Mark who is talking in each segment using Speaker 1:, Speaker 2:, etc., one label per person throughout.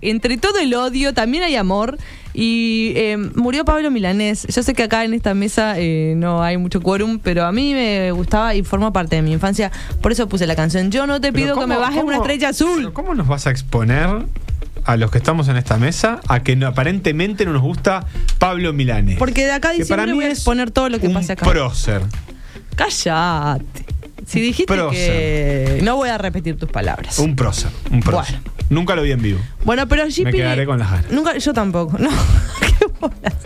Speaker 1: entre todo el odio también hay amor. Y eh, murió Pablo Milanés. Yo sé que acá en esta mesa eh, no hay mucho quórum, pero a mí me gustaba y forma parte de mi infancia. Por eso puse la canción. Yo no te
Speaker 2: Pero
Speaker 1: pido que
Speaker 2: ¿cómo-
Speaker 1: me bajes
Speaker 2: cómo-
Speaker 1: una estrella azul.
Speaker 2: pero ¿Cómo nos vas a exponer a los que estamos en esta mesa a que no- aparentemente no nos gusta Pablo Milanes?
Speaker 1: Porque de acá a
Speaker 2: Que para
Speaker 1: diciembre
Speaker 2: mí
Speaker 1: voy a
Speaker 2: es
Speaker 1: exponer todo lo que
Speaker 2: un
Speaker 1: pase acá.
Speaker 2: Prócer.
Speaker 1: Cállate. Si dijiste
Speaker 2: Prócer.
Speaker 1: que. No voy a repetir tus palabras.
Speaker 2: Un prócer. Un prócer.
Speaker 1: Bueno.
Speaker 2: Nunca lo vi en vivo.
Speaker 1: Bueno, pero JP.
Speaker 2: quedaré con las ganas.
Speaker 1: Nunca, yo tampoco. No, qué bolas.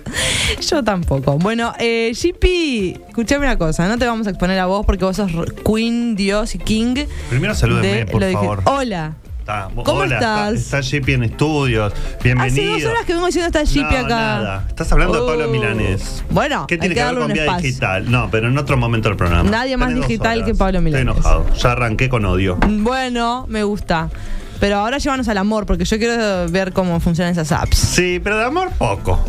Speaker 1: Yo tampoco. Bueno, eh, JP, escuchame una cosa. No te vamos a exponer a vos porque vos sos r- queen, dios y king.
Speaker 3: Primero salúdenme,
Speaker 1: de
Speaker 3: por
Speaker 1: lo dije-
Speaker 3: favor.
Speaker 1: Hola.
Speaker 3: Está-
Speaker 1: ¿Cómo
Speaker 3: hola,
Speaker 1: estás?
Speaker 3: Está, está JP en estudios. Bienvenido.
Speaker 1: Hace dos horas que vengo diciendo está JP
Speaker 3: No,
Speaker 1: acá.
Speaker 3: nada. Estás hablando de Pablo
Speaker 1: Oh.
Speaker 3: Milanés.
Speaker 1: Bueno,
Speaker 3: ¿Qué
Speaker 1: hay
Speaker 3: tiene
Speaker 1: que
Speaker 3: que, ver
Speaker 1: darle
Speaker 3: con
Speaker 1: un
Speaker 3: Vía
Speaker 1: espacio.
Speaker 3: Digital? No, pero en otro momento del programa.
Speaker 1: Nadie más
Speaker 3: Tenés dos
Speaker 1: digital
Speaker 3: horas.
Speaker 1: que Pablo Milanés.
Speaker 3: Estoy enojado. Ya arranqué con odio.
Speaker 1: Bueno, me gusta. Pero ahora llévanos al amor porque yo quiero ver cómo funcionan esas apps.
Speaker 3: Sí, pero de amor poco.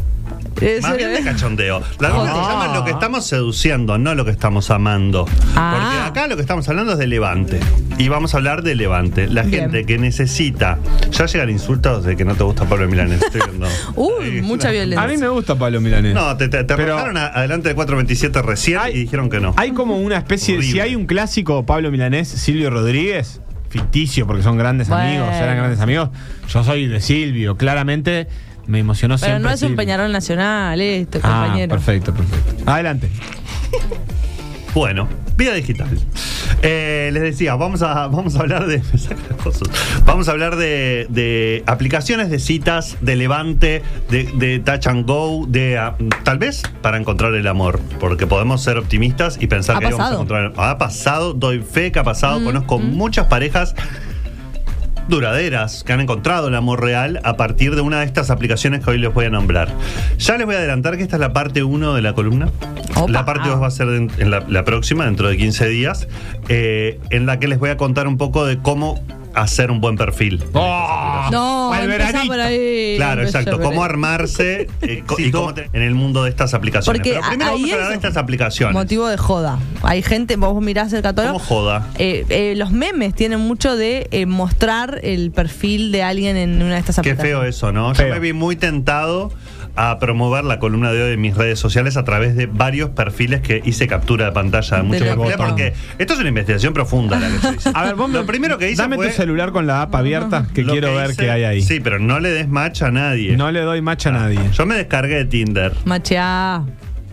Speaker 1: Eh,
Speaker 3: Más
Speaker 1: se-
Speaker 3: bien de cachondeo. La
Speaker 1: Joder.
Speaker 3: se llama lo que estamos seduciendo, no lo que estamos amando.
Speaker 1: Ah.
Speaker 3: Porque acá lo que estamos hablando es de Levante. Y vamos a hablar de Levante. La
Speaker 1: Bien.
Speaker 3: gente que necesita. Ya llegan insultos de que no te gusta Pablo Milanés. Estoy viendo.
Speaker 1: Uy, mucha violencia.
Speaker 2: A mí me gusta Pablo Milanés.
Speaker 3: No, te, te, te
Speaker 2: Pero-
Speaker 3: arrojaron a- adelante de 427 recién
Speaker 2: Ay.
Speaker 3: y dijeron que no.
Speaker 2: Hay como una especie.
Speaker 3: Horrible.
Speaker 2: Si hay un clásico Pablo Milanés, Silvio Rodríguez, ficticio porque son grandes
Speaker 1: Bueno.
Speaker 2: amigos, eran grandes amigos. Yo soy de Silvio, claramente me emocionó
Speaker 1: Pero
Speaker 2: siempre.
Speaker 1: no es un
Speaker 2: Silvio.
Speaker 1: Peñarol Nacional, esto,
Speaker 2: Ah,
Speaker 1: compañero.
Speaker 2: perfecto, perfecto. Adelante.
Speaker 3: Bueno, vida digital. Eh, les decía, vamos a, vamos a hablar de. me saca las cosas. Vamos a hablar de, de aplicaciones de citas, de levante, de, de touch and go, de ah, tal vez para encontrar el amor. Porque podemos ser optimistas y pensar
Speaker 1: Ha
Speaker 3: que ahí vamos a
Speaker 1: pasado.
Speaker 3: encontrar. Ha pasado, doy fe que ha
Speaker 2: Mm,
Speaker 3: pasado, conozco muchas parejas duraderas que han encontrado el amor real a partir de una de estas aplicaciones que hoy les voy a nombrar. Ya les voy a adelantar que esta es la parte 1 de la columna.
Speaker 1: Opa.
Speaker 3: La parte 2 va a ser en, en la, la próxima, dentro de 15 días, eh, en la que les voy a contar un poco de cómo hacer un buen perfil. Ah.
Speaker 1: No,
Speaker 2: Para el
Speaker 1: empezá
Speaker 2: veranito.
Speaker 1: por ahí.
Speaker 3: Claro,
Speaker 1: empezá
Speaker 3: exacto.
Speaker 1: por
Speaker 3: Cómo
Speaker 1: ahí.
Speaker 3: armarse eh, co- y cómo te- en el mundo de estas aplicaciones.
Speaker 1: Porque
Speaker 3: Pero primero
Speaker 1: a-
Speaker 3: vamos
Speaker 1: ahí
Speaker 3: a hablar de
Speaker 1: es
Speaker 3: estas aplicaciones.
Speaker 1: Motivo de joda. Hay gente, vos mirás el
Speaker 3: ¿Cómo
Speaker 1: catálogo.
Speaker 3: joda?
Speaker 1: Eh, eh, los memes tienen mucho de eh, mostrar el perfil de alguien en una de estas
Speaker 3: Qué
Speaker 1: aplicaciones.
Speaker 3: feo eso, ¿no?
Speaker 2: Feo.
Speaker 3: Yo me vi muy tentado a promover la columna de hoy en mis redes sociales a través de varios perfiles que hice captura de pantalla de
Speaker 1: Del
Speaker 3: muchos perfiles,
Speaker 1: botón.
Speaker 3: porque esto es una investigación profunda la que yo hice.
Speaker 2: A ver, vos me-
Speaker 3: lo primero que hice
Speaker 2: Dame
Speaker 3: fue
Speaker 2: tu celular con la app abierta que
Speaker 3: lo
Speaker 2: quiero ver
Speaker 3: hice-
Speaker 2: qué hay ahí.
Speaker 3: Sí, pero no le des match a nadie.
Speaker 2: No le doy macha a nadie.
Speaker 3: Yo me descargué de Tinder.
Speaker 1: Macheá.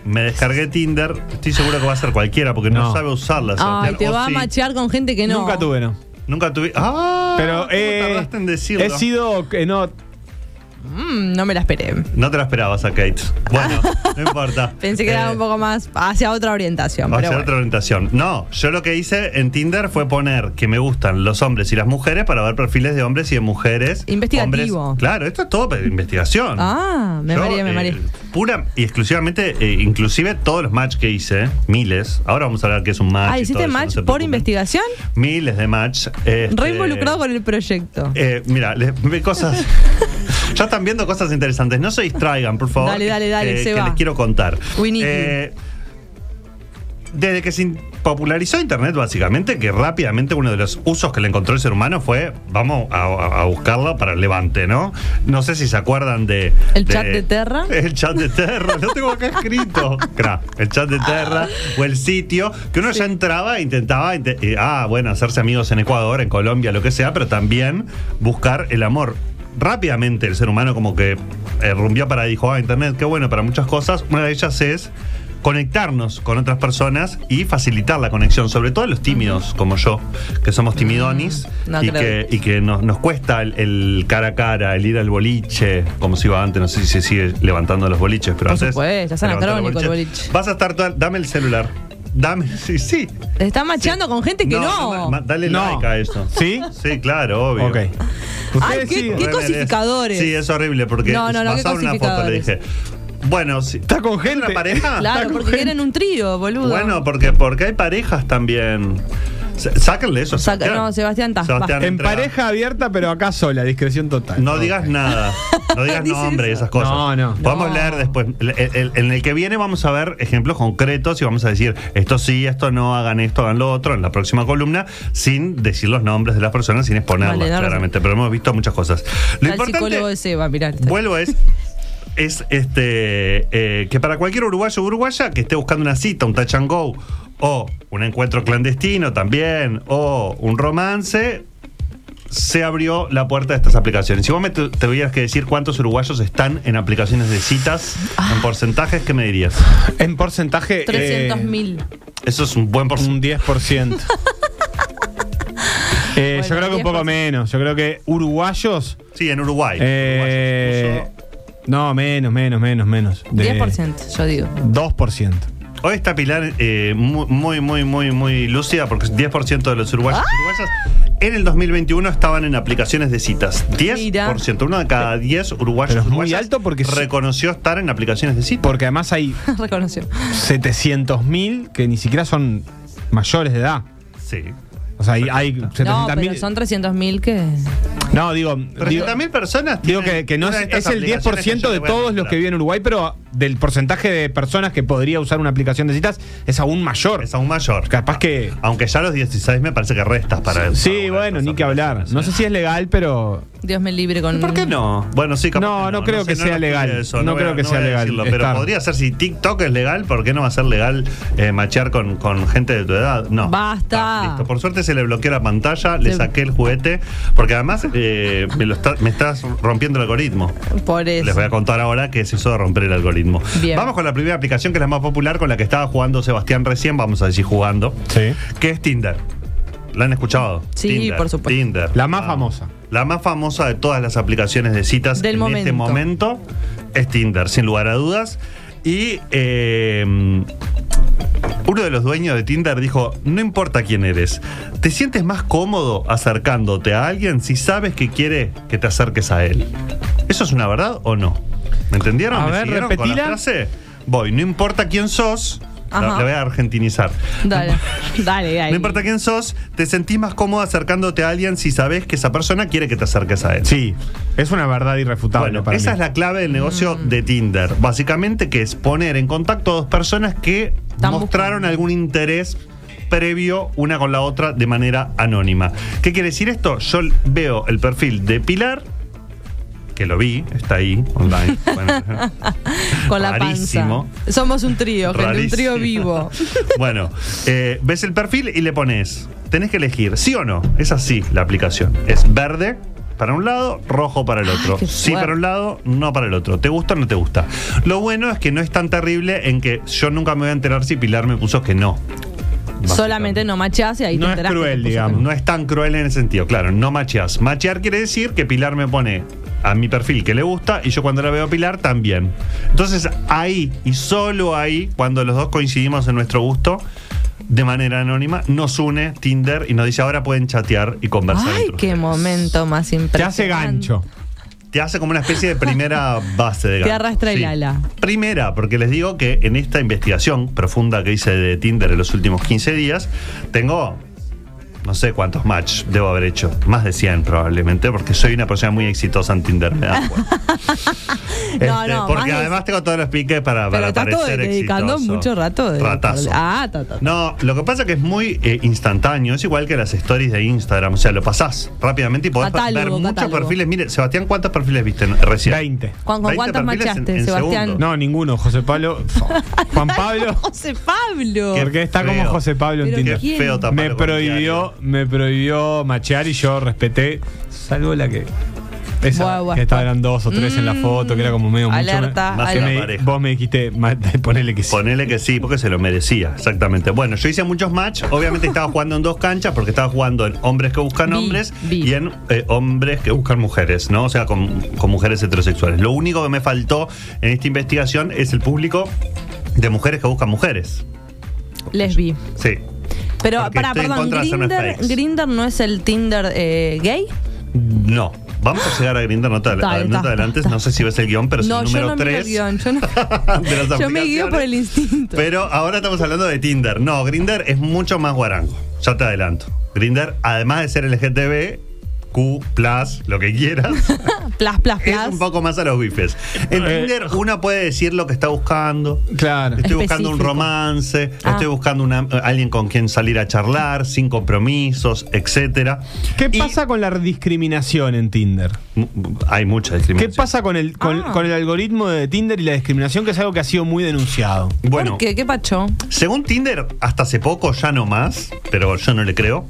Speaker 3: Me descargué Tinder. Estoy seguro que va a ser cualquiera porque no,
Speaker 2: No.
Speaker 3: sabe usarla.
Speaker 1: Ay,
Speaker 3: Sebastián.
Speaker 1: te
Speaker 3: O
Speaker 1: va
Speaker 3: sí.
Speaker 1: a machear con gente que no.
Speaker 2: Nunca tuve, no.
Speaker 3: Nunca tuve. ¡Ah!
Speaker 2: Pero
Speaker 3: ¿Cómo
Speaker 2: eh,
Speaker 3: tardaste en decirlo?
Speaker 2: he sido eh, no,
Speaker 1: Mm, no me la esperé.
Speaker 3: No te la esperabas a Kate. Bueno, no importa.
Speaker 1: Pensé que era
Speaker 3: Eh,
Speaker 1: un poco más hacia otra orientación.
Speaker 3: O
Speaker 1: pero
Speaker 3: sea,
Speaker 1: bueno.
Speaker 3: Ah, otra orientación. No, yo lo que hice en Tinder fue poner que me gustan los hombres y las mujeres para ver perfiles de hombres y de mujeres.
Speaker 1: Investigativo.
Speaker 3: Hombres- claro, esto es todo pe- investigación.
Speaker 1: Ah, me
Speaker 3: Yo,
Speaker 1: mareé, me
Speaker 3: eh,
Speaker 1: mareé.
Speaker 3: Pura y exclusivamente, eh, inclusive todos los match que hice, miles. Ahora vamos a hablar qué es un match.
Speaker 1: ah,
Speaker 3: y todo
Speaker 1: ¿hiciste
Speaker 3: eso, no
Speaker 1: match
Speaker 3: se
Speaker 1: por
Speaker 3: preocupen.
Speaker 1: investigación?
Speaker 3: Miles de match. este,
Speaker 1: Re involucrado con el proyecto.
Speaker 3: eh, mira, les ve cosas. ya están viendo cosas interesantes. No se distraigan, por favor.
Speaker 1: Dale, dale, dale,
Speaker 3: que-
Speaker 1: se
Speaker 3: que
Speaker 1: va.
Speaker 3: les quiero contar. Eh,
Speaker 1: We need
Speaker 3: desde que se in- popularizó Internet, básicamente, que rápidamente uno de los usos que le encontró el ser humano fue: vamos a, a- a buscarla para el levante, ¿no? No sé si se acuerdan de.
Speaker 1: ¿El chat de Terra?
Speaker 3: El chat de Terra, lo tengo acá escrito. Cra, el chat de Terra o el sitio, que uno ya entraba e intentaba, inte- eh, ah, bueno, hacerse amigos en Ecuador, en Colombia, lo que sea, pero también buscar el amor. Rápidamente el ser humano como que eh, rumbió para ahí, dijo, ah, Internet, qué bueno para muchas cosas. Una de ellas es conectarnos con otras personas y facilitar la conexión, sobre todo los tímidos como yo, que somos timidonis
Speaker 1: Mm, no
Speaker 3: y,
Speaker 1: creo.
Speaker 3: que, y que nos, nos cuesta el, el cara a cara, el ir al boliche, como se iba antes, no sé si se sigue levantando los boliches, pero
Speaker 1: Por
Speaker 3: antes...
Speaker 1: supuesto, es
Speaker 3: levantar los
Speaker 1: anacrónico el
Speaker 3: boliches.
Speaker 1: boliche.
Speaker 3: Vas a estar, toda- dame el celular. Dame, sí, sí.
Speaker 1: Está macheando con gente Este que
Speaker 3: ma-
Speaker 1: no.
Speaker 3: ma- dale
Speaker 2: No.
Speaker 3: like a eso.
Speaker 2: ¿Sí?
Speaker 3: Sí, claro, obvio.
Speaker 2: Ok.
Speaker 1: Ay,
Speaker 2: Ustedes
Speaker 1: qué-
Speaker 2: sí.
Speaker 1: qué-
Speaker 3: Remeras.
Speaker 1: cosificadores.
Speaker 3: Sí, es horrible porque
Speaker 1: No, no, no, qué
Speaker 3: pasaron una foto, le dije. Bueno, si,
Speaker 2: Está con gente.
Speaker 3: ¿Una pareja?
Speaker 1: Claro,
Speaker 2: Está con
Speaker 1: porque
Speaker 2: gente.
Speaker 1: quieren un trío, boludo.
Speaker 3: Bueno, porque, porque hay parejas también. S- Sáquenle eso.
Speaker 1: Saca- no, Sebastián, ta, basta.
Speaker 2: En
Speaker 3: entra.
Speaker 2: pareja abierta, pero acá sola, discreción total.
Speaker 3: No digas nada. No digas
Speaker 1: Dice
Speaker 3: nombre y
Speaker 1: eso.
Speaker 3: esas cosas.
Speaker 2: No, no.
Speaker 3: Vamos
Speaker 1: No.
Speaker 3: a leer después. El- el- el- en el que viene vamos a ver ejemplos concretos y vamos a decir esto sí, esto no, hagan esto, hagan lo otro en la próxima columna, sin decir los nombres de las personas, sin exponerlas,
Speaker 1: Vale, no, no.
Speaker 3: claramente. Pero hemos visto muchas cosas. Lo
Speaker 1: Está el
Speaker 3: importante-
Speaker 1: psicólogo de Seba, mirá. está.
Speaker 3: Vuelvo es. Es este. eh, que para cualquier uruguayo o uruguaya que esté buscando una cita, un touch and go, o un encuentro clandestino también, o un romance, se abrió la puerta de estas aplicaciones. Si vos me tu- te tuvieras que decir cuántos uruguayos están en aplicaciones de citas, en porcentajes, ¿qué me dirías?
Speaker 2: En porcentaje. eh,
Speaker 1: 300.000.
Speaker 3: Eso es un buen
Speaker 2: Un
Speaker 3: porcentaje.
Speaker 2: 10%. Eh,
Speaker 1: Bueno,
Speaker 2: yo creo que un poco
Speaker 1: 10%.
Speaker 2: menos. Yo creo que uruguayos.
Speaker 3: Sí, en Uruguay.
Speaker 2: eh,
Speaker 3: Uruguayos.
Speaker 2: no, menos, menos, menos, menos. De
Speaker 1: 10%, yo digo.
Speaker 2: 2%.
Speaker 3: Hoy está Pilar eh, mu- muy, muy, muy, muy lúcida porque 10% de los uruguayos y uruguayas en el 2021 estaban en aplicaciones de citas. 10%, uno de cada 10 uruguayos
Speaker 2: Pero es muy
Speaker 3: uruguayas
Speaker 2: alto porque-
Speaker 3: reconoció estar en aplicaciones de citas.
Speaker 2: Porque además hay
Speaker 1: Reconoció.
Speaker 2: 700.000 que ni siquiera son mayores de edad.
Speaker 3: Sí.
Speaker 2: O sea, hay, hay
Speaker 1: No,
Speaker 2: 700.000.
Speaker 1: pero son 300.000 que.
Speaker 2: No, digo. digo
Speaker 3: 300.000 personas.
Speaker 2: Digo
Speaker 3: tienen
Speaker 2: que, que no
Speaker 3: una
Speaker 2: es,
Speaker 3: de estas
Speaker 2: es el
Speaker 3: aplicaciones que
Speaker 2: 10%
Speaker 3: yo
Speaker 2: de
Speaker 3: te voy a
Speaker 2: todos los
Speaker 3: mostrar.
Speaker 2: que viven en Uruguay, pero del porcentaje de personas que podría usar una aplicación de citas es aún mayor.
Speaker 3: Es aún Ah, mayor.
Speaker 2: Capaz que.
Speaker 3: Aunque ya a los 16 me parece que restas para para
Speaker 2: Sí,
Speaker 3: algunas
Speaker 2: bueno,
Speaker 3: de
Speaker 2: ni
Speaker 3: estas
Speaker 2: que hablar. No sé si es legal, pero.
Speaker 1: Dios me libre con.
Speaker 3: ¿Por qué no? Bueno, sí, capaz
Speaker 2: No,
Speaker 3: que
Speaker 2: no creo que
Speaker 3: sé,
Speaker 2: sea
Speaker 3: nos pide
Speaker 2: legal. No
Speaker 3: voy a-
Speaker 2: creo que sea
Speaker 3: voy a
Speaker 2: legal
Speaker 3: pero
Speaker 2: estar.
Speaker 3: podría ser si TikTok es legal, ¿por qué no va a ser legal eh, machear con, con gente de tu edad? No.
Speaker 1: Basta.
Speaker 3: Ah, listo. Por suerte se le bloqueó la pantalla, le
Speaker 1: Se-
Speaker 3: saqué el juguete, porque además eh, me, lo está- me estás rompiendo el algoritmo.
Speaker 1: Por eso.
Speaker 3: Les voy a contar ahora que es eso de romper el algoritmo.
Speaker 1: Bien.
Speaker 3: Vamos con la primera aplicación que es la más popular con la que estaba jugando Sebastián recién, vamos a decir jugando,
Speaker 2: Sí.
Speaker 3: que es Tinder. ¿La han escuchado?
Speaker 1: Sí,
Speaker 3: Tinder,
Speaker 1: por supuesto.
Speaker 3: Tinder.
Speaker 2: La más
Speaker 3: Ah.
Speaker 2: famosa.
Speaker 3: La más famosa de todas las aplicaciones de citas
Speaker 1: Del
Speaker 3: en este
Speaker 1: momento.
Speaker 3: momento es Tinder, sin lugar a dudas. Y eh, uno de los dueños de Tinder dijo, no importa quién eres, te sientes más cómodo acercándote a alguien si sabes que quiere que te acerques a él. ¿Eso es una verdad o no? ¿Me entendieron?
Speaker 2: A
Speaker 3: ¿Me
Speaker 2: ver,
Speaker 3: siguieron con la
Speaker 2: repetila.
Speaker 3: frase? Voy, no importa quién sos, la,
Speaker 1: Ajá.
Speaker 3: la voy a argentinizar.
Speaker 1: Dale, dale, dale.
Speaker 3: No importa quién sos, te sentís más cómodo acercándote a alguien si sabes que esa persona quiere que te acerques a él.
Speaker 2: Sí. Es una verdad irrefutable.
Speaker 3: Bueno,
Speaker 2: para
Speaker 3: esa
Speaker 2: mí.
Speaker 3: es la clave del negocio de
Speaker 1: Mm.
Speaker 3: Tinder. Básicamente que es poner en contacto a dos personas que
Speaker 1: Están
Speaker 3: mostraron
Speaker 1: buscando.
Speaker 3: algún interés previo una con la otra de manera anónima. ¿Qué quiere decir esto? Yo l- veo el perfil de Pilar, que lo vi, está ahí, online. Bueno.
Speaker 1: Con la
Speaker 3: Rarísimo.
Speaker 1: panza. Somos un trío, gente, un
Speaker 3: Rarísimo.
Speaker 1: trío vivo.
Speaker 3: bueno, eh, ves el perfil y le pones, tenés que elegir, sí o no. Es así la aplicación. Es verde para un lado, rojo para el otro.
Speaker 1: qué
Speaker 3: Sí
Speaker 1: fuerte.
Speaker 3: para un lado, no para el otro. ¿Te gusta o no te gusta? Lo bueno es que no es tan terrible en que yo nunca me voy a enterar si Pilar me puso que no.
Speaker 1: Solamente no machás y ahí
Speaker 2: No
Speaker 1: te
Speaker 2: es
Speaker 1: enterás que
Speaker 2: cruel,
Speaker 1: te puso
Speaker 2: digamos.
Speaker 3: No es tan cruel en ese sentido, claro, no macheas. Machear quiere decir que Pilar me pone a mi perfil que le gusta y yo cuando la veo a Pilar también. Entonces ahí y solo ahí, cuando los dos coincidimos en nuestro gusto, de manera anónima, nos une Tinder y nos dice ahora pueden chatear y conversar.
Speaker 1: Ay,
Speaker 3: entre
Speaker 1: qué
Speaker 3: ustedes".
Speaker 1: momento más impresionante.
Speaker 2: Te hace gancho.
Speaker 3: Te hace como una especie de primera base de
Speaker 1: Te
Speaker 3: gancho.
Speaker 1: arrastra el
Speaker 3: Sí.
Speaker 1: ala.
Speaker 3: Primera, porque les digo que en esta investigación profunda que hice de Tinder en los últimos 15 días, tengo no sé cuántos match debo haber hecho. Más de 100 probablemente, porque soy una persona muy exitosa en Tinder. me da cuenta.
Speaker 1: No, no, más
Speaker 3: porque
Speaker 1: de-
Speaker 3: además tengo todos los piques
Speaker 1: Pero
Speaker 3: para, para
Speaker 1: estás todo
Speaker 3: parecer
Speaker 1: dedicando
Speaker 3: exitoso.
Speaker 1: mucho rato. De...
Speaker 3: Ratazo.
Speaker 1: Ah, ta, ta, ta.
Speaker 3: No, lo que pasa es que es muy eh, instantáneo, es igual que las stories de Instagram, o sea, lo pasás rápidamente y podés pa- ver
Speaker 1: Catálogo,
Speaker 3: muchos
Speaker 1: catálogo.
Speaker 3: perfiles. Mire, Sebastián, ¿cuántos perfiles viste en- recién?
Speaker 2: 20.
Speaker 1: ¿Con, con
Speaker 3: 20
Speaker 1: cuántos
Speaker 3: perfiles en-
Speaker 1: machaste,
Speaker 3: en
Speaker 1: Sebastián?
Speaker 3: segundos.
Speaker 2: No, ninguno. José Pablo. Juan Pablo.
Speaker 1: José Pablo.
Speaker 2: Porque está como
Speaker 3: Feo.
Speaker 2: José Pablo en
Speaker 1: Pero
Speaker 2: Tinder.
Speaker 1: qué- ¿Quién?
Speaker 3: feo tapar
Speaker 2: Me
Speaker 3: con
Speaker 2: prohibió,
Speaker 3: diario.
Speaker 2: me prohibió machear y yo respeté, salvo la que. Esa,
Speaker 1: Buah, buah.
Speaker 2: que estaban eran dos o tres en la
Speaker 1: Mm.
Speaker 2: foto, que era como medio
Speaker 1: Alerta,
Speaker 2: mucho. me- que
Speaker 3: alerta.
Speaker 2: me-
Speaker 3: Pareja.
Speaker 2: vos me dijiste, ma- ponele que sí.
Speaker 3: Ponele que sí, porque se lo merecía, exactamente. Bueno, yo hice muchos match, obviamente estaba jugando en dos canchas, porque estaba jugando en hombres que buscan
Speaker 1: Vi,
Speaker 3: hombres
Speaker 1: vi.
Speaker 3: y en eh, hombres que buscan mujeres, ¿no? O sea, con, con mujeres heterosexuales. Lo único que me faltó en esta investigación es el público de mujeres que buscan mujeres.
Speaker 1: Lesbi.
Speaker 3: Sí.
Speaker 1: Pero,
Speaker 3: Porque
Speaker 1: para,
Speaker 3: estoy en
Speaker 1: perdón,
Speaker 3: contra de hacer unas
Speaker 1: Grinder,
Speaker 3: fakes.
Speaker 1: no es el Tinder eh, gay.
Speaker 3: No. Vamos a llegar a Grindr, no te, adel-
Speaker 1: Dale,
Speaker 3: no te
Speaker 1: ta,
Speaker 3: adelantes.
Speaker 1: ta, ta.
Speaker 3: No sé si ves el guión, pero es
Speaker 1: no,
Speaker 3: el
Speaker 1: yo no
Speaker 3: número
Speaker 1: miro el
Speaker 3: 3.
Speaker 1: guión, yo, no-
Speaker 3: de las
Speaker 1: yo me guío por
Speaker 3: aplicaciones.
Speaker 1: el instinto.
Speaker 3: Pero ahora estamos hablando de Tinder. No, Grinder es mucho más guarango. Ya te adelanto. Grinder, además de ser LGTB, Q, lo que quieras,
Speaker 1: plas, plas,
Speaker 3: es
Speaker 1: plas.
Speaker 3: un poco más a los bifes. En
Speaker 2: Eh.
Speaker 3: Tinder uno puede decir lo que está buscando.
Speaker 2: Claro.
Speaker 3: Estoy buscando un
Speaker 1: Específico.
Speaker 3: romance,
Speaker 1: Ah.
Speaker 3: estoy buscando una- alguien con quien salir a charlar, sin compromisos, etcétera.
Speaker 2: ¿Qué
Speaker 3: Y-
Speaker 2: pasa con la discriminación en Tinder?
Speaker 3: M- m- Hay mucha
Speaker 2: ¿Qué
Speaker 3: discriminación.
Speaker 2: pasa con el, con,
Speaker 1: Ah.
Speaker 2: con el algoritmo de Tinder y la discriminación, que es algo que ha sido muy denunciado?
Speaker 3: Bueno,
Speaker 1: ¿Por qué? ¿Qué pacho?
Speaker 3: Según Tinder, hasta hace poco, ya no más, pero yo no le creo,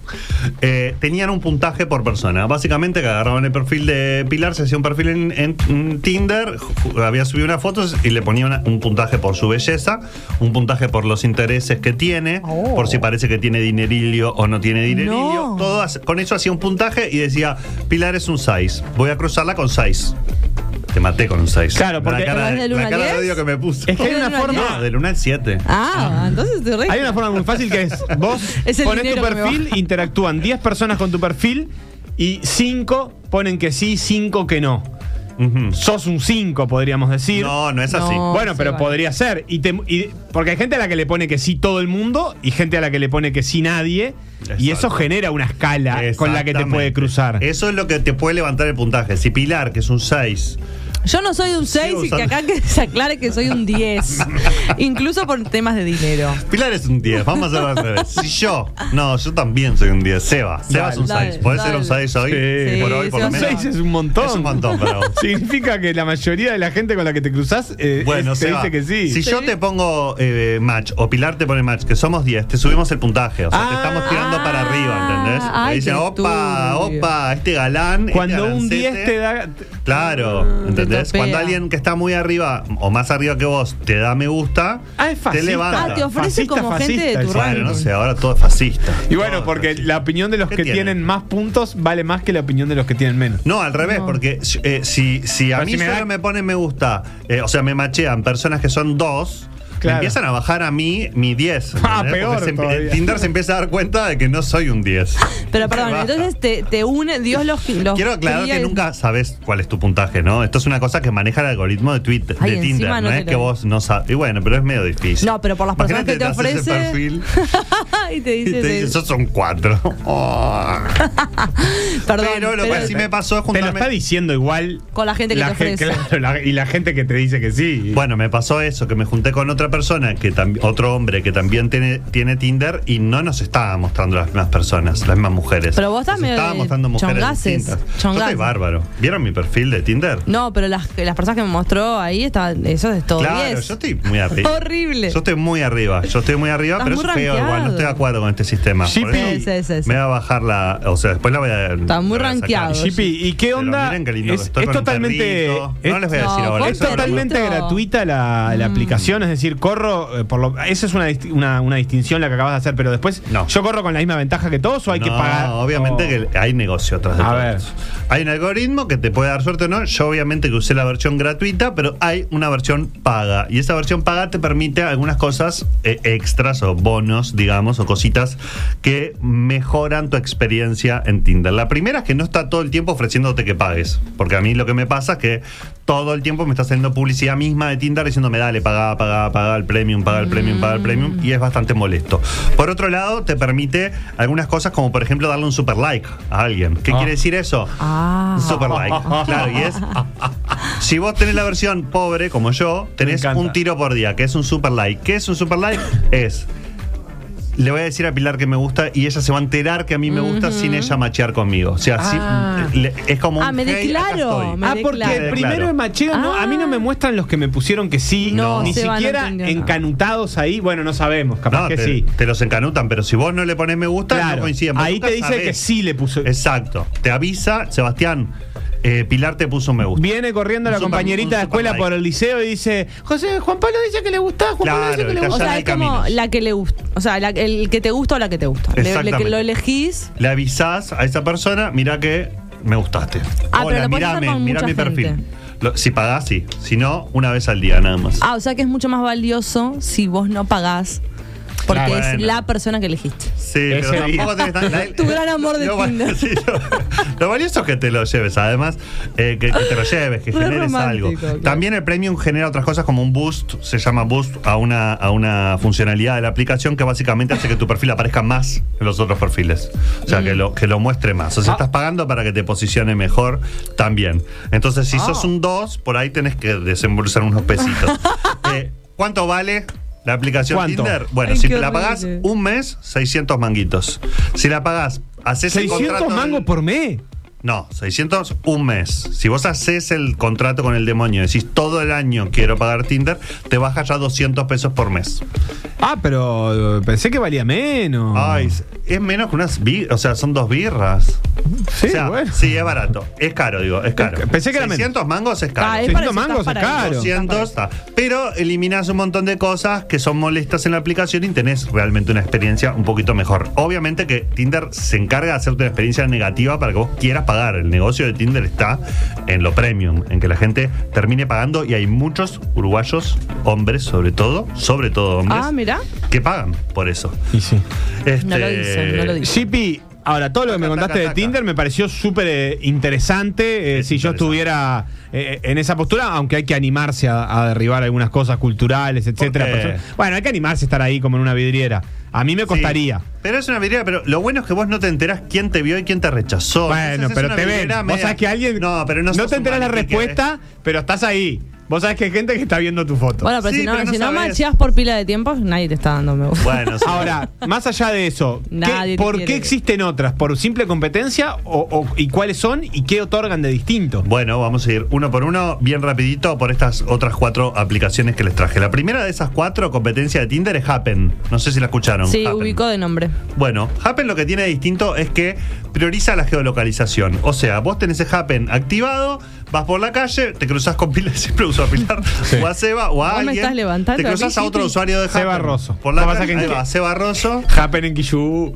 Speaker 3: eh, tenían un puntaje por persona. Básicamente que agarraban el perfil de Pilar, se hacía un perfil en, en- en Tinder, ju- había subido unas fotos y le ponían una- un puntaje por su belleza, un puntaje por los intereses que tiene,
Speaker 1: Oh.
Speaker 3: por si parece que tiene dinerillo o no tiene dinerillo.
Speaker 1: No.
Speaker 3: Todo hace- con eso hacía un puntaje y decía, Pilar es un 6, voy a cruzarla con 6. Te maté con un 6.
Speaker 2: Claro, porque-
Speaker 3: la cara,
Speaker 1: ¿Pero es
Speaker 3: de,
Speaker 1: del uno
Speaker 3: la
Speaker 1: al
Speaker 3: cara de
Speaker 1: diez?
Speaker 3: odio que me puso.
Speaker 2: Es que hay
Speaker 1: Pero
Speaker 2: una
Speaker 1: no,
Speaker 2: forma.
Speaker 3: No, del 1 al 7.
Speaker 1: Ah, entonces te re-
Speaker 2: Hay una forma muy fácil que es, vos
Speaker 1: Es el
Speaker 2: pones tu
Speaker 1: dinero que me
Speaker 2: perfil,
Speaker 1: va.
Speaker 2: interactúan 10 personas con tu perfil y 5 ponen que sí, 5 que no.
Speaker 3: Ujú.
Speaker 2: Sos un 5, podríamos decir.
Speaker 3: No, no es así.
Speaker 1: No.
Speaker 2: Bueno,
Speaker 1: sí,
Speaker 2: pero
Speaker 1: vale.
Speaker 2: podría ser. Y te- y- porque hay gente a la que le pone que sí todo el mundo y gente a la que le pone que sí nadie. Y eso
Speaker 3: Exacto.
Speaker 2: genera una escala con la que te puede
Speaker 3: Exactamente.
Speaker 2: cruzar.
Speaker 3: Eso es lo que te puede levantar el puntaje. Si Pilar, que es un 6,
Speaker 1: Yo no soy un 6 y que
Speaker 3: usando-
Speaker 1: acá que se aclare que soy un 10. Incluso por temas de dinero.
Speaker 3: Pilar es un 10, vamos a hacerlo al revés. Si yo, no, yo también soy un 10. Seba, Seba es un
Speaker 1: Dale,
Speaker 3: 6. ¿Puede ser un
Speaker 1: dale.
Speaker 3: 6 hoy?
Speaker 2: Sí.
Speaker 3: Por hoy, por lo
Speaker 2: Un
Speaker 1: Seba
Speaker 3: menos.
Speaker 2: seis es un montón.
Speaker 3: Es un montón para vos.
Speaker 2: Significa que la mayoría de la gente con la que te cruzás eh,
Speaker 3: Bueno,
Speaker 2: es- te
Speaker 3: Seba,
Speaker 2: dice que sí.
Speaker 3: si yo te pongo eh, match o Pilar te pone match, que somos 10, te subimos el puntaje. O sea, te
Speaker 2: Ah.
Speaker 3: estamos tirando para arriba, ¿entendés?
Speaker 1: Ah, Ay, qué
Speaker 3: te dicen, opa,
Speaker 1: turbio".
Speaker 3: opa, este galán.
Speaker 2: Cuando
Speaker 3: este
Speaker 2: un 10
Speaker 3: galancete".
Speaker 2: te da.
Speaker 3: Claro, ¿entendés?
Speaker 1: Ah, topea.
Speaker 3: Cuando alguien que está muy arriba o más arriba que vos te da me gusta,
Speaker 2: Ah, es
Speaker 3: te
Speaker 2: fascista.
Speaker 3: levanta.
Speaker 1: Ah, te ofrece
Speaker 2: Fascista,
Speaker 1: como gente de
Speaker 2: fascista,
Speaker 1: tu
Speaker 2: claro,
Speaker 3: Claro,
Speaker 1: rango.
Speaker 3: no sé, ahora todo es fascista.
Speaker 2: Y
Speaker 3: Todo
Speaker 2: bueno,
Speaker 3: es
Speaker 2: porque
Speaker 3: fascista.
Speaker 2: la opinión de los
Speaker 3: ¿Qué
Speaker 2: que
Speaker 3: tienen?
Speaker 2: tienen? más puntos vale más que la opinión de los que tienen menos.
Speaker 3: No, al revés,
Speaker 1: No.
Speaker 3: porque eh, si, si a
Speaker 2: Pero
Speaker 3: mí
Speaker 2: si me
Speaker 3: solo
Speaker 2: da-
Speaker 3: me ponen me gusta, eh, o sea, me machean personas que son dos. me
Speaker 2: Claro.
Speaker 3: empiezan a bajar a mí mi 10.
Speaker 2: Ah,
Speaker 3: ¿entendés?
Speaker 2: peor
Speaker 3: Porque se-
Speaker 2: todavía.
Speaker 3: Tinder se empieza a dar cuenta de que no soy un 10.
Speaker 1: Pero perdón,
Speaker 3: Baja.
Speaker 1: entonces te, te une, Dios los, los
Speaker 3: Quiero aclarar
Speaker 1: cría
Speaker 3: que
Speaker 1: y-
Speaker 3: nunca sabes cuál es tu puntaje, ¿no? Esto es una cosa que maneja el algoritmo de Twitter,
Speaker 1: Ay,
Speaker 3: de Tinder,
Speaker 1: encima
Speaker 3: no,
Speaker 1: no
Speaker 3: es
Speaker 1: te lo-
Speaker 3: que vos no sabes. Y bueno, pero es medio difícil.
Speaker 1: No, pero por las personas que
Speaker 3: Imagínate,
Speaker 1: te
Speaker 3: haces ese
Speaker 1: ofrece-
Speaker 3: perfil
Speaker 1: y te
Speaker 3: y
Speaker 1: dice,
Speaker 3: te dice, esos son cuatro. Oh.
Speaker 1: perdón,
Speaker 3: pero lo que sí me pasó es
Speaker 2: Te lo
Speaker 3: juntarme.
Speaker 2: está diciendo igual.
Speaker 1: Con la gente que te
Speaker 2: gen-
Speaker 1: ofrece.
Speaker 2: claro, la- y la gente que te dice que sí.
Speaker 3: Bueno, me pasó eso, que me junté con otra persona, que tam- otro hombre que también tiene, tiene Tinder y no nos estaba mostrando las mismas personas, las mismas mujeres.
Speaker 1: Pero vos estás
Speaker 3: Nos
Speaker 1: medio
Speaker 3: estaba
Speaker 1: de
Speaker 3: mostrando mujeres
Speaker 1: chongaces,
Speaker 3: distintas. Yo soy
Speaker 1: chongaces.
Speaker 3: bárbaro. ¿Vieron mi perfil de Tinder?
Speaker 1: no, pero las, las personas que me mostró ahí, está, eso es todo
Speaker 3: Claro,
Speaker 1: 10.
Speaker 3: yo estoy muy arriba.
Speaker 1: Horrible.
Speaker 3: Yo estoy muy arriba, yo estoy muy arriba,
Speaker 1: Estás
Speaker 3: pero
Speaker 1: muy
Speaker 3: es feo
Speaker 1: rankeado.
Speaker 3: igual, no estoy de acuerdo con este sistema. Por
Speaker 2: Shippy.
Speaker 3: eso
Speaker 1: Sí, sí, sí, sí.
Speaker 3: Me va a bajar la. O sea, después la voy a.
Speaker 1: Está muy
Speaker 3: la voy a sacar.
Speaker 1: rankeado.
Speaker 2: Shippy, ¿y qué
Speaker 3: Pero
Speaker 2: onda?
Speaker 3: miren qué lindo que
Speaker 2: es
Speaker 3: estoy
Speaker 2: es
Speaker 3: con un
Speaker 2: totalmente.
Speaker 3: perrito.
Speaker 2: es-
Speaker 3: No les voy a decir
Speaker 1: No, Mm.
Speaker 3: ahora.
Speaker 1: vos
Speaker 2: Es
Speaker 3: eso no
Speaker 1: perrito.
Speaker 3: lo
Speaker 2: totalmente gratuita la, la aplicación, es decir, corro, eh, por lo, esa es una, dist- una, una distinción la que acabas de hacer, pero después
Speaker 3: No.
Speaker 2: yo corro con la misma ventaja que todos o hay que
Speaker 3: No,
Speaker 2: pagar.
Speaker 3: Obviamente
Speaker 2: O-
Speaker 3: que hay negocio atrás de
Speaker 2: A
Speaker 3: todo
Speaker 2: ver.
Speaker 3: esto. Hay un algoritmo que te puede dar suerte o no. Yo obviamente que usé la versión gratuita, pero hay una versión paga. Y esa versión paga te permite algunas cosas eh, extras o bonos, digamos, o cositas que mejoran tu experiencia en Tinder. La primera es que no está todo el tiempo ofreciéndote que pagues. Porque a mí lo que me pasa es que todo el tiempo me está haciendo publicidad misma de Tinder diciéndome, dale, pagá, pagá, pagá el premium, pagá el premium, pagá el premium. Y es bastante molesto. Por otro lado, te permite algunas cosas como, por ejemplo, darle un super like a alguien. ¿Qué
Speaker 2: Ah.
Speaker 3: quiere decir eso?
Speaker 1: Ah.
Speaker 3: Un super like. Claro, y es. Si vos tenés la versión pobre, como yo, tenés
Speaker 2: encanta.
Speaker 3: un tiro por día, que es un super like. ¿Qué es un super like? Es. Le voy a decir a Pilar que me gusta y ella se va a enterar que a mí me gusta sin ella machear conmigo. O sea, sí,
Speaker 2: Ah.
Speaker 3: le- es como
Speaker 1: Ah,
Speaker 3: un
Speaker 1: me
Speaker 3: "Hey, acá
Speaker 1: declaro,
Speaker 3: estoy".
Speaker 1: me
Speaker 2: Ah, porque
Speaker 1: declaro.
Speaker 2: primero
Speaker 3: Claro.
Speaker 2: en Machero no, a mí no me muestran los que me pusieron que sí,
Speaker 1: Ah. No,
Speaker 2: ni
Speaker 1: Seba no
Speaker 2: siquiera
Speaker 1: entendió nada.
Speaker 2: encanutados ahí, bueno, no sabemos, capaz
Speaker 3: No,
Speaker 2: que
Speaker 3: te,
Speaker 2: sí.
Speaker 3: te los encanutan, pero si vos no le pones me gusta, no
Speaker 2: Claro,
Speaker 3: coinciden. Vos
Speaker 2: ahí
Speaker 3: nunca
Speaker 2: te dice
Speaker 3: sabés.
Speaker 2: que sí le puso.
Speaker 3: Exacto. Te avisa, Sebastián, eh, Pilar te puso me gusta.
Speaker 2: Viene corriendo
Speaker 3: Un
Speaker 2: la
Speaker 3: super- un
Speaker 2: compañerita de la
Speaker 3: super
Speaker 2: escuela
Speaker 3: like.
Speaker 2: por el liceo y dice, José, Juan Pablo dice que le gusta, Juan Pablo dice
Speaker 3: Claro,
Speaker 2: que le
Speaker 3: y
Speaker 1: o
Speaker 2: gusta.
Speaker 3: allá
Speaker 1: sea,
Speaker 3: hay
Speaker 1: es como
Speaker 3: caminos.
Speaker 1: la que le gusta. O sea, la- el que te gusta o la que te gusta. Le- le-
Speaker 3: Exactamente.
Speaker 1: lo elegís.
Speaker 3: Le avisás a esa persona, mirá que me gustaste.
Speaker 1: Ah, pero lo podés hacer
Speaker 3: mirame,
Speaker 1: con
Speaker 3: mirá
Speaker 1: mucha
Speaker 3: mi perfil.
Speaker 1: gente.
Speaker 3: Lo- si pagás, sí. Si no, una vez al día nada más.
Speaker 1: Ah, o sea que es mucho más valioso si vos no pagás. Porque
Speaker 3: Claro.
Speaker 1: es
Speaker 3: Bueno.
Speaker 1: la persona que elegiste.
Speaker 3: Sí,
Speaker 2: Ese
Speaker 3: pero tampoco
Speaker 2: día.
Speaker 3: tenés tan- la-
Speaker 1: Tu gran amor de
Speaker 3: lo, va-
Speaker 1: Tinder.
Speaker 3: sí, lo, lo valioso es que te lo lleves, además, eh, que, que te lo lleves, que
Speaker 1: Re
Speaker 3: generes
Speaker 1: romántico,
Speaker 3: algo.
Speaker 1: claro.
Speaker 3: También el premium genera otras cosas como un boost, se llama boost a una, a una funcionalidad de la aplicación que básicamente hace que tu perfil aparezca más en los otros perfiles. O sea,
Speaker 1: Mm.
Speaker 3: que, lo, que lo muestre más. O sea,
Speaker 2: Ah.
Speaker 3: estás pagando para que te posicione mejor también. Entonces,
Speaker 1: Ah.
Speaker 3: si sos un 2, por ahí tenés que desembolsar unos pesitos. Eh, ¿Cuánto vale? La aplicación
Speaker 2: ¿Cuánto?
Speaker 3: Tinder, bueno,
Speaker 1: Ay,
Speaker 3: si
Speaker 1: qué
Speaker 3: la pagás
Speaker 1: horrible.
Speaker 3: un mes, 600 manguitos. Si la pagás, haces el contrato.
Speaker 2: 600
Speaker 3: del-
Speaker 2: mangos por mes.
Speaker 3: No, 600 un mes. Si vos haces el contrato con el demonio, decís todo el año quiero pagar Tinder, te baja ya 200 pesos por mes.
Speaker 2: Ah, pero eh, pensé que valía menos.
Speaker 3: Ay, es menos que unas birras, o sea, son dos birras.
Speaker 2: sí,
Speaker 3: o sea,
Speaker 2: bueno.
Speaker 3: sí, es barato. Es caro, digo, es caro.
Speaker 2: Pensé que era menos.
Speaker 3: 600 mangos es caro.
Speaker 1: Ah, es
Speaker 2: 600
Speaker 1: para eso,
Speaker 2: mangos
Speaker 1: estás
Speaker 2: es
Speaker 1: para eso.
Speaker 2: caro.
Speaker 3: 200, está. pero eliminás un montón de cosas que son molestas en la aplicación y tenés realmente una experiencia un poquito mejor. Obviamente que Tinder se encarga de hacerte una experiencia negativa para que vos quieras pagar. El negocio de Tinder está en lo premium, en que la gente termine pagando y hay muchos uruguayos, hombres sobre todo, sobre todo hombres,
Speaker 1: Ah, mira.
Speaker 3: que pagan por eso.
Speaker 2: Y sí.
Speaker 3: Este,
Speaker 1: No lo dicen, no lo dicen.
Speaker 2: Shippy, ahora todo lo que me
Speaker 3: Taca, taca,
Speaker 2: contaste de
Speaker 3: taca.
Speaker 2: Tinder me pareció súper eh, interesante. eh,
Speaker 3: Es
Speaker 2: si yo
Speaker 3: interesante.
Speaker 2: estuviera eh, en esa postura, aunque hay que animarse a, a derribar algunas cosas culturales, etcétera.
Speaker 3: qué?
Speaker 2: Pero yo- Bueno, hay que animarse a estar ahí como en una vidriera. A mí me costaría.
Speaker 3: Sí, pero es una vidriera, pero lo bueno es que vos no te enterás quién te vio y quién te rechazó.
Speaker 2: Bueno,
Speaker 3: Entonces es
Speaker 2: pero
Speaker 3: una
Speaker 2: te ven.
Speaker 3: vidriera
Speaker 2: Vos
Speaker 3: media-
Speaker 2: sabés que alguien.
Speaker 3: No, pero no, sos
Speaker 2: te
Speaker 3: un
Speaker 2: enteras la
Speaker 3: maniquí ¿eh? que-
Speaker 2: respuesta, pero estás ahí. Vos sabés que hay gente que está viendo tu foto.
Speaker 1: Bueno, pero
Speaker 3: Sí,
Speaker 1: si no,
Speaker 3: pero no
Speaker 1: si no
Speaker 3: sabes.
Speaker 1: macheas por pila de tiempo, nadie te está dando me gusta.
Speaker 3: Bueno, sí.
Speaker 2: Ahora, más allá de eso, ¿qué-
Speaker 1: Nadie te
Speaker 2: ¿por
Speaker 1: quiere.
Speaker 2: qué existen otras? ¿Por simple competencia? O, o- ¿Y cuáles son? ¿Y qué otorgan de distinto?
Speaker 3: Bueno, vamos a ir uno por uno, bien rapidito, por estas otras cuatro aplicaciones que les traje. La primera de esas cuatro competencia de Tinder es Happen. No sé si la escucharon.
Speaker 1: Sí,
Speaker 3: Happen.
Speaker 1: ubicó de nombre.
Speaker 3: Bueno, Happen lo que tiene de distinto es que prioriza la geolocalización. O sea, vos tenés el Happen activado, vas por la calle, te cruzás con Pilar, siempre uso a Pilar, o a Seba, o a
Speaker 1: Vos me
Speaker 3: alguien.
Speaker 1: estás levantando
Speaker 3: te cruzás
Speaker 1: a
Speaker 3: a
Speaker 1: mí,
Speaker 3: otro
Speaker 1: Jimmy.
Speaker 3: usuario de Happen.
Speaker 2: Seba Rosso.
Speaker 3: Por la
Speaker 2: Lo que pasa
Speaker 3: calle,
Speaker 2: que-
Speaker 3: ahí va, Seba Rosso.
Speaker 2: Happen en Quillú.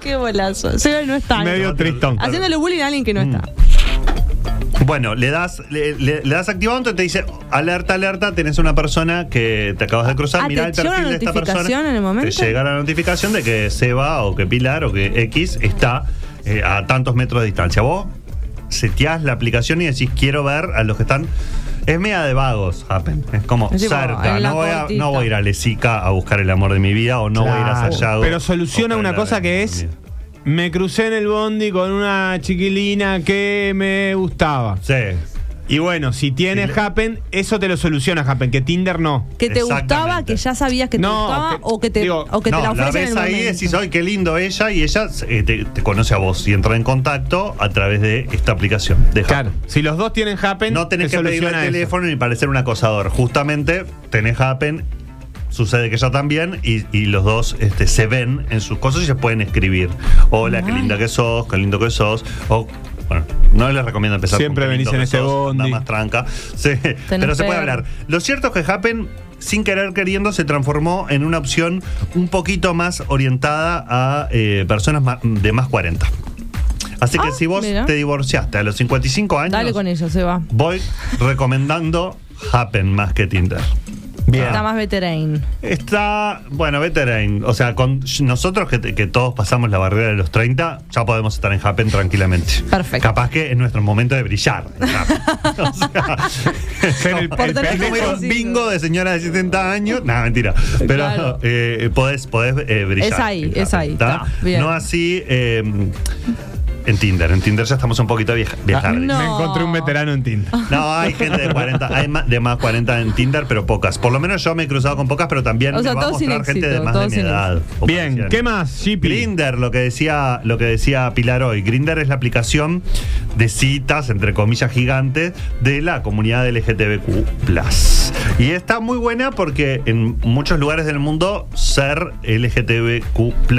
Speaker 1: Qué bolazo. Seba no está.
Speaker 2: medio tristón.
Speaker 1: Haciéndole bullying a alguien que no está.
Speaker 3: Bueno, le das, le, le- le das activado, entonces te dice alerta, alerta, tenés una persona que te acabas de cruzar,
Speaker 1: Ah,
Speaker 3: mirá
Speaker 1: ¿te llega
Speaker 3: el perfil
Speaker 1: una
Speaker 3: de esta
Speaker 1: notificación
Speaker 3: persona.
Speaker 1: en el momento?
Speaker 3: Te llega la notificación de que Seba o que Pilar o que X está eh, a tantos metros de distancia. Vos seteás la aplicación y decís quiero ver a los que están. Es media de vagos, Happen. Es como
Speaker 1: Es tipo,
Speaker 3: cerca.
Speaker 1: en la
Speaker 3: No voy, a,
Speaker 1: cortita.
Speaker 3: no voy a ir a Lesica a buscar el amor de mi vida o no voy a ir a
Speaker 2: Claro.
Speaker 3: Sayago.
Speaker 2: Pero soluciona
Speaker 3: a
Speaker 2: una
Speaker 3: buscar el
Speaker 2: cosa
Speaker 3: amor de
Speaker 2: que
Speaker 3: mi
Speaker 2: es.
Speaker 3: vida.
Speaker 2: Me crucé en el bondi con una chiquilina que me gustaba.
Speaker 3: Sí.
Speaker 2: Y bueno, si tienes
Speaker 3: Sí, le-
Speaker 2: Happen, eso te lo soluciona Happen, que Tinder no.
Speaker 1: Que te gustaba,
Speaker 3: Exactamente.
Speaker 1: que ya sabías que te
Speaker 2: No,
Speaker 1: gustaba
Speaker 2: que-
Speaker 1: o que te,
Speaker 2: digo,
Speaker 1: o que te la
Speaker 3: no, la,
Speaker 1: ofrecen en
Speaker 3: ves
Speaker 1: el
Speaker 3: ahí y
Speaker 1: momento.
Speaker 3: decís, ¡ay, qué lindo ella! Y ella eh, te, te conoce a vos y entra en contacto a través de esta aplicación. de
Speaker 2: Claro.
Speaker 3: Happen.
Speaker 2: Si los dos tienen Happen,
Speaker 3: No tenés
Speaker 2: te
Speaker 3: que pedirle el
Speaker 2: soluciona eso.
Speaker 3: teléfono ni parecer un acosador. Justamente tenés Happen, sucede que ella también, y, y los dos este, se ven en sus cosas y se pueden escribir. Hola, qué
Speaker 1: Ay.
Speaker 3: linda que sos, qué lindo que sos. O, bueno, no les recomiendo empezar
Speaker 2: Siempre
Speaker 3: con qué
Speaker 2: venís
Speaker 3: lindo
Speaker 2: en
Speaker 3: que
Speaker 2: este
Speaker 3: sos, anda
Speaker 2: bondi.
Speaker 3: más tranca. Sí, pero se
Speaker 1: enfermo.
Speaker 3: puede hablar. Lo cierto es que Happen, sin querer queriendo, se transformó en una opción un poquito más orientada a eh, personas ma- de más 40. Así que
Speaker 1: Ah,
Speaker 3: si vos
Speaker 1: mira.
Speaker 3: te divorciaste a los 55 años,
Speaker 1: Dale con ello, Seba.
Speaker 3: voy recomendando Happen más que Tinder. Ah,
Speaker 2: Bien.
Speaker 1: Está más veterán.
Speaker 3: Está, bueno, veteran. O sea, con nosotros que, te- que todos pasamos la barrera de los 30, ya podemos estar en Happen tranquilamente.
Speaker 1: Perfecto.
Speaker 3: Capaz que es nuestro momento de brillar. en Happn. o sea,
Speaker 2: Ser el-
Speaker 1: Por
Speaker 2: el
Speaker 1: tener
Speaker 3: es como ir a
Speaker 2: pendejo.
Speaker 3: un bingo de señora de 70 años. No, mentira. Pero
Speaker 1: Claro.
Speaker 3: eh, podés, podés eh, brillar.
Speaker 1: Es ahí,
Speaker 3: en Happn,
Speaker 1: es ahí,
Speaker 3: ¿tá?
Speaker 1: está, bien.
Speaker 3: No así eh, en Tinder. En Tinder ya estamos un poquito vieja, viejardes.
Speaker 1: No.
Speaker 2: Me encontré un veterano en Tinder.
Speaker 3: No, hay gente de 40, hay ma- de más 40 en Tinder, pero pocas. Por lo menos yo me he cruzado con pocas, pero también
Speaker 1: O sea,
Speaker 3: me va a
Speaker 1: todos sin
Speaker 3: mostrar gente de
Speaker 1: éxito,
Speaker 3: más de
Speaker 1: todos
Speaker 3: mi
Speaker 1: sin
Speaker 3: edad. o
Speaker 2: Bien,
Speaker 3: pareciera.
Speaker 2: ¿qué más, Shippy?
Speaker 3: Grinder, lo que decía, lo que decía Pilar hoy. Grinder es la aplicación de citas, entre comillas gigantes, de la comunidad LGTBQ. Y está muy buena porque en muchos lugares del mundo ser LGTBQ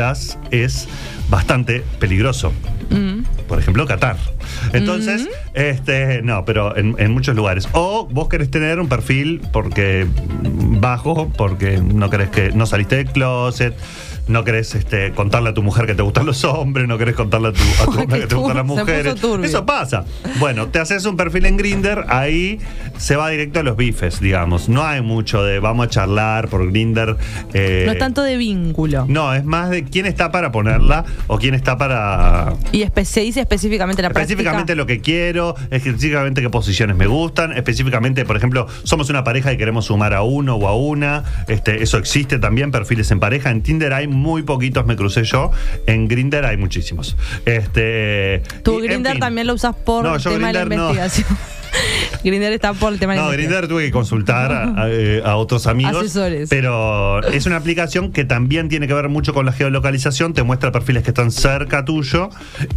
Speaker 3: es bastante peligroso.
Speaker 1: Mm.
Speaker 3: Por ejemplo, Qatar. Entonces, este, no, pero en, en muchos lugares. O vos querés tener un perfil porque mm, bajo, porque no querés que no saliste del closet, no querés este, contarle a tu mujer que te gustan los hombres, no querés contarle a tu, a tu
Speaker 1: Ay,
Speaker 3: hombre
Speaker 1: qué
Speaker 3: que te gustan las
Speaker 1: turbio, se puso
Speaker 3: mujeres.
Speaker 1: turbio.
Speaker 3: Eso pasa. Bueno, te haces un perfil en Grinder, ahí se va directo a los bifes, digamos. No hay mucho de vamos a charlar por Grinder.
Speaker 1: No es tanto de vínculo.
Speaker 3: Eh, No, es más de quién está para ponerla o quién está para
Speaker 1: Y espe- se dice específicamente la
Speaker 3: específicamente
Speaker 1: práctica.
Speaker 3: lo que quiero, específicamente qué posiciones me gustan, específicamente, por ejemplo, somos una pareja y queremos sumar a uno o a una, este, eso existe también, perfiles en pareja, en Tinder hay muy poquitos, me crucé yo, en Grinder hay muchísimos. Este,
Speaker 1: Tu
Speaker 3: y, en
Speaker 1: Grinder
Speaker 3: fin.
Speaker 1: también lo usas por
Speaker 3: No, yo
Speaker 1: tema de la
Speaker 3: Grindr no.
Speaker 1: investigación. Grinder está por el tema
Speaker 3: No,
Speaker 1: de la investigación.
Speaker 3: Grindr tuve que consultar a, a, eh, a otros amigos.
Speaker 1: Asesores.
Speaker 3: Pero es una aplicación que también tiene que ver mucho con la geolocalización, te muestra perfiles que están cerca tuyo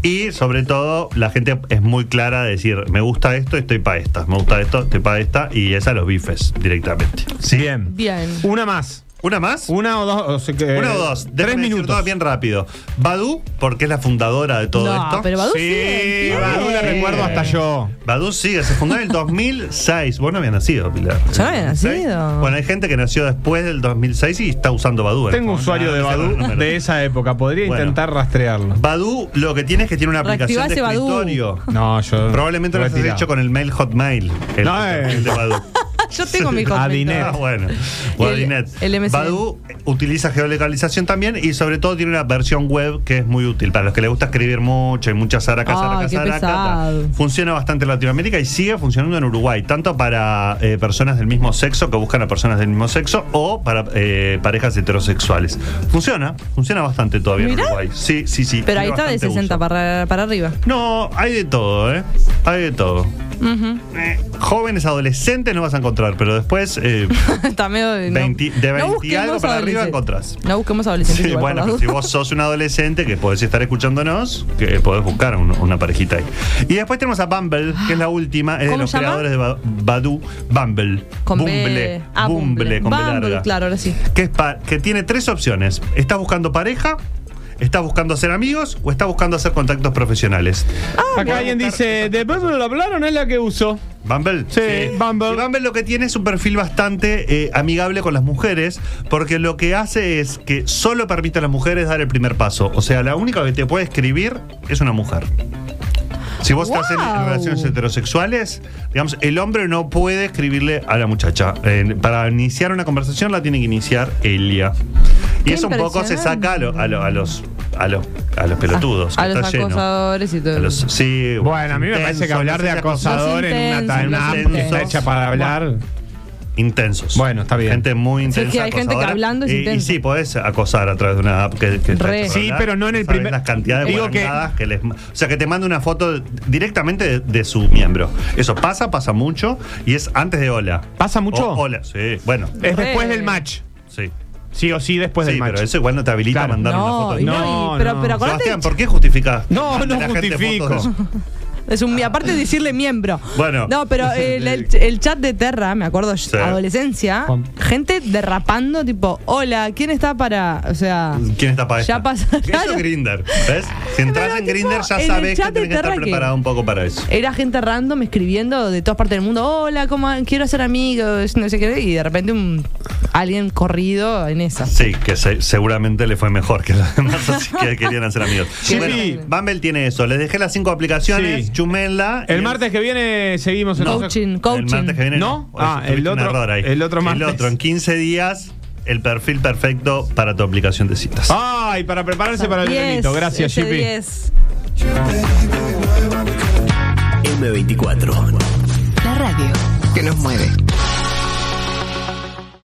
Speaker 3: y sobre todo la gente es muy clara de decir, me gusta esto, estoy para esta, me gusta esto, estoy para esta y es a los bifes directamente.
Speaker 2: Sí. Bien.
Speaker 1: Bien.
Speaker 3: Uh,
Speaker 2: Una más.
Speaker 3: ¿Una más?
Speaker 2: Una o dos. o sea que-
Speaker 3: Una o dos,
Speaker 2: eh, Tres
Speaker 3: Déjame decir
Speaker 2: minutos.
Speaker 3: todas bien rápido. Badu, porque es la fundadora de todo
Speaker 1: No,
Speaker 3: esto.
Speaker 1: pero Badu
Speaker 2: Sí,
Speaker 1: sigue.
Speaker 2: Badu la
Speaker 3: Sí.
Speaker 2: recuerdo hasta yo.
Speaker 3: Badu sigue, se fundó en el 2006. Vos no habías nacido, Pilar.
Speaker 1: Yo no había
Speaker 3: ¿2006?
Speaker 1: nacido.
Speaker 3: Bueno, hay gente que nació después del 2006 y está usando Badu.
Speaker 2: Tengo usuario de
Speaker 3: Ah,
Speaker 2: Badu de esa época. Podría
Speaker 3: Bueno.
Speaker 2: intentar rastrearlo.
Speaker 3: Badu lo que tiene es que tiene una
Speaker 1: Reactivá
Speaker 3: aplicación de
Speaker 1: ese Badoo.
Speaker 3: escritorio.
Speaker 2: No, yo.
Speaker 3: Probablemente lo has
Speaker 2: retirado.
Speaker 3: hecho con el mail Hotmail. El,
Speaker 2: No, eh.
Speaker 3: el de Badu.
Speaker 1: Ah, Yo tengo mi
Speaker 2: A Dinet.
Speaker 3: Ah,
Speaker 1: comentario.
Speaker 3: bueno. O
Speaker 1: Y el-
Speaker 3: Adinet.
Speaker 1: el MSN.
Speaker 3: Badu utiliza geolocalización también y sobre todo tiene una versión web que es muy útil para los que les gusta escribir mucho y mucha zaraca,
Speaker 1: Ay,
Speaker 3: zaraca,
Speaker 1: qué
Speaker 3: zaraca.
Speaker 1: pesado.
Speaker 3: ta. Funciona bastante en Latinoamérica y sigue funcionando en Uruguay, tanto para eh, personas del mismo sexo que buscan a personas del mismo sexo o para eh, parejas heterosexuales. Funciona, funciona bastante todavía
Speaker 1: Mirá.
Speaker 3: en Uruguay. Sí, sí, sí.
Speaker 1: Pero ahí
Speaker 3: tiene
Speaker 1: está de
Speaker 3: bastante
Speaker 1: 60
Speaker 3: uso.
Speaker 1: para, para arriba.
Speaker 3: No, hay de todo, ¿eh? Hay de todo.
Speaker 1: Ujú.
Speaker 3: Eh, jóvenes, adolescentes no vas a encontrar, pero después... eh,
Speaker 1: Está medio de. no-
Speaker 3: 20 de 20
Speaker 1: busquemos
Speaker 3: algo para arriba
Speaker 1: adolescentes.
Speaker 3: encontrás.
Speaker 1: No busquemos adolescentes.
Speaker 3: Sí,
Speaker 1: igual, por
Speaker 3: bueno,
Speaker 1: las
Speaker 3: pero si
Speaker 1: dudas.
Speaker 3: vos sos un adolescente que podés estar escuchándonos, que podés buscar un- una parejita ahí. Y después tenemos a Bumble, que es la última, es de
Speaker 1: ¿Cómo
Speaker 3: los
Speaker 1: llama?
Speaker 3: creadores de Ba- Badoo, Bumble.
Speaker 1: Con B-
Speaker 3: Bumble.
Speaker 1: Ah,
Speaker 3: Bumble, con B
Speaker 1: Bumble,
Speaker 3: larga.
Speaker 1: claro, ahora sí.
Speaker 3: Que, es pa- que tiene tres opciones. ¿Estás buscando pareja? ¿Estás buscando hacer amigos? ¿O estás buscando hacer contactos profesionales?
Speaker 2: Ah, Acá alguien dice: De Bumble lo hablaron, es la que uso.
Speaker 3: ¿Bumble?
Speaker 2: Sí, Bumble.
Speaker 3: Y Bumble lo que tiene es un perfil bastante eh, amigable con las mujeres, porque lo que hace es que solo permite a las mujeres dar el primer paso. O sea, la única que te puede escribir es una mujer. Si vos estás en- en
Speaker 1: Wow.
Speaker 3: relaciones heterosexuales, digamos, el hombre no puede escribirle a la muchacha. Eh, para iniciar una conversación la tiene que iniciar ella. Y
Speaker 1: Qué
Speaker 3: eso un poco se saca a, lo- a lo- a los a los a los pelotudos.
Speaker 1: Ah, A,
Speaker 3: que
Speaker 1: los
Speaker 3: está lleno.
Speaker 1: acosadores y todo.
Speaker 3: A los- sí,
Speaker 2: Bueno, a mí me parece que
Speaker 3: intensos,
Speaker 2: hablar de
Speaker 3: ese
Speaker 2: acosador
Speaker 1: Los
Speaker 2: en una, ta- en una
Speaker 3: intensos,
Speaker 2: app
Speaker 3: los
Speaker 2: que está
Speaker 3: intensos.
Speaker 2: hecha para hablar.
Speaker 3: intensos.
Speaker 2: Bueno, está bien.
Speaker 3: Gente muy
Speaker 1: Sí,
Speaker 3: intensa.
Speaker 1: que hay gente que
Speaker 3: acosadora.
Speaker 1: hablando es
Speaker 3: y,
Speaker 1: intensa.
Speaker 3: Y sí, podés acosar a través de una app que, que está
Speaker 1: Re.
Speaker 3: hecha para
Speaker 2: Sí,
Speaker 3: hablar.
Speaker 2: pero no en el
Speaker 3: Sabés
Speaker 2: primer-
Speaker 3: Las cantidades de
Speaker 2: Digo que-
Speaker 3: guarangadas que les. O sea, que te manda una foto directamente de, de su miembro. Eso pasa, pasa mucho y es antes de hola.
Speaker 2: ¿Pasa mucho?
Speaker 3: O- hola, sí. Bueno,
Speaker 2: Es
Speaker 1: Re.
Speaker 2: después del match.
Speaker 3: sí.
Speaker 2: Sí o sí, después
Speaker 3: sí,
Speaker 2: del match.
Speaker 3: pero eso igual no te habilita
Speaker 2: Claro.
Speaker 3: a mandar una
Speaker 1: no,
Speaker 3: foto.
Speaker 1: y no,
Speaker 2: No,
Speaker 1: y- pero,
Speaker 2: no.
Speaker 1: pero acordate,
Speaker 3: Sebastián, ¿por qué justificás?
Speaker 2: No,
Speaker 3: mandarle
Speaker 2: no
Speaker 3: a la gente
Speaker 2: justifico.
Speaker 3: fotos de su-
Speaker 1: es un, y aparte decirle miembro.
Speaker 3: Bueno.
Speaker 1: No, pero eh, la- el, el chat de Terra, me acuerdo, adolescencia,
Speaker 2: Juan.
Speaker 1: gente derrapando, tipo, hola, ¿quién está para...? O sea,
Speaker 3: ¿Quién está para
Speaker 1: Ya
Speaker 3: esta?
Speaker 1: pasa-
Speaker 3: Eso
Speaker 1: claro.
Speaker 3: es Grinder. ¿Ves? Si entras
Speaker 1: Pero,
Speaker 3: en
Speaker 1: tipo,
Speaker 3: Grinder
Speaker 1: en
Speaker 3: ya
Speaker 1: el
Speaker 3: sabes
Speaker 1: chat
Speaker 3: que
Speaker 1: de
Speaker 3: tenés que estar
Speaker 1: Terra que-
Speaker 3: preparado un poco para eso.
Speaker 1: era gente random escribiendo de todas partes del mundo, hola, ¿cómo, quiero hacer amigos, no sé qué, y de repente un alguien corrido en esa.
Speaker 3: Sí, que se- seguramente le fue mejor que los demás, así que querían hacer amigos.
Speaker 2: Sí.
Speaker 3: Bumble tiene eso. Les dejé las cinco aplicaciones,
Speaker 2: Sí.
Speaker 3: chumenla.
Speaker 2: El martes que viene seguimos
Speaker 1: No.
Speaker 2: entonces.
Speaker 1: Coaching, coaching.
Speaker 3: El martes que viene.
Speaker 2: ¿No?
Speaker 3: Hoy
Speaker 2: Ah, el
Speaker 3: tuviste un
Speaker 2: otro-
Speaker 3: error ahí.
Speaker 2: el otro martes.
Speaker 3: El otro, en 15 días, el perfil perfecto para tu aplicación de
Speaker 2: Ah,
Speaker 3: citas.
Speaker 2: Ay, para prepararse para el
Speaker 1: Diez,
Speaker 2: veranito. Gracias,
Speaker 1: ese
Speaker 2: Shippy.
Speaker 1: diez.
Speaker 4: M24. La radio que nos mueve.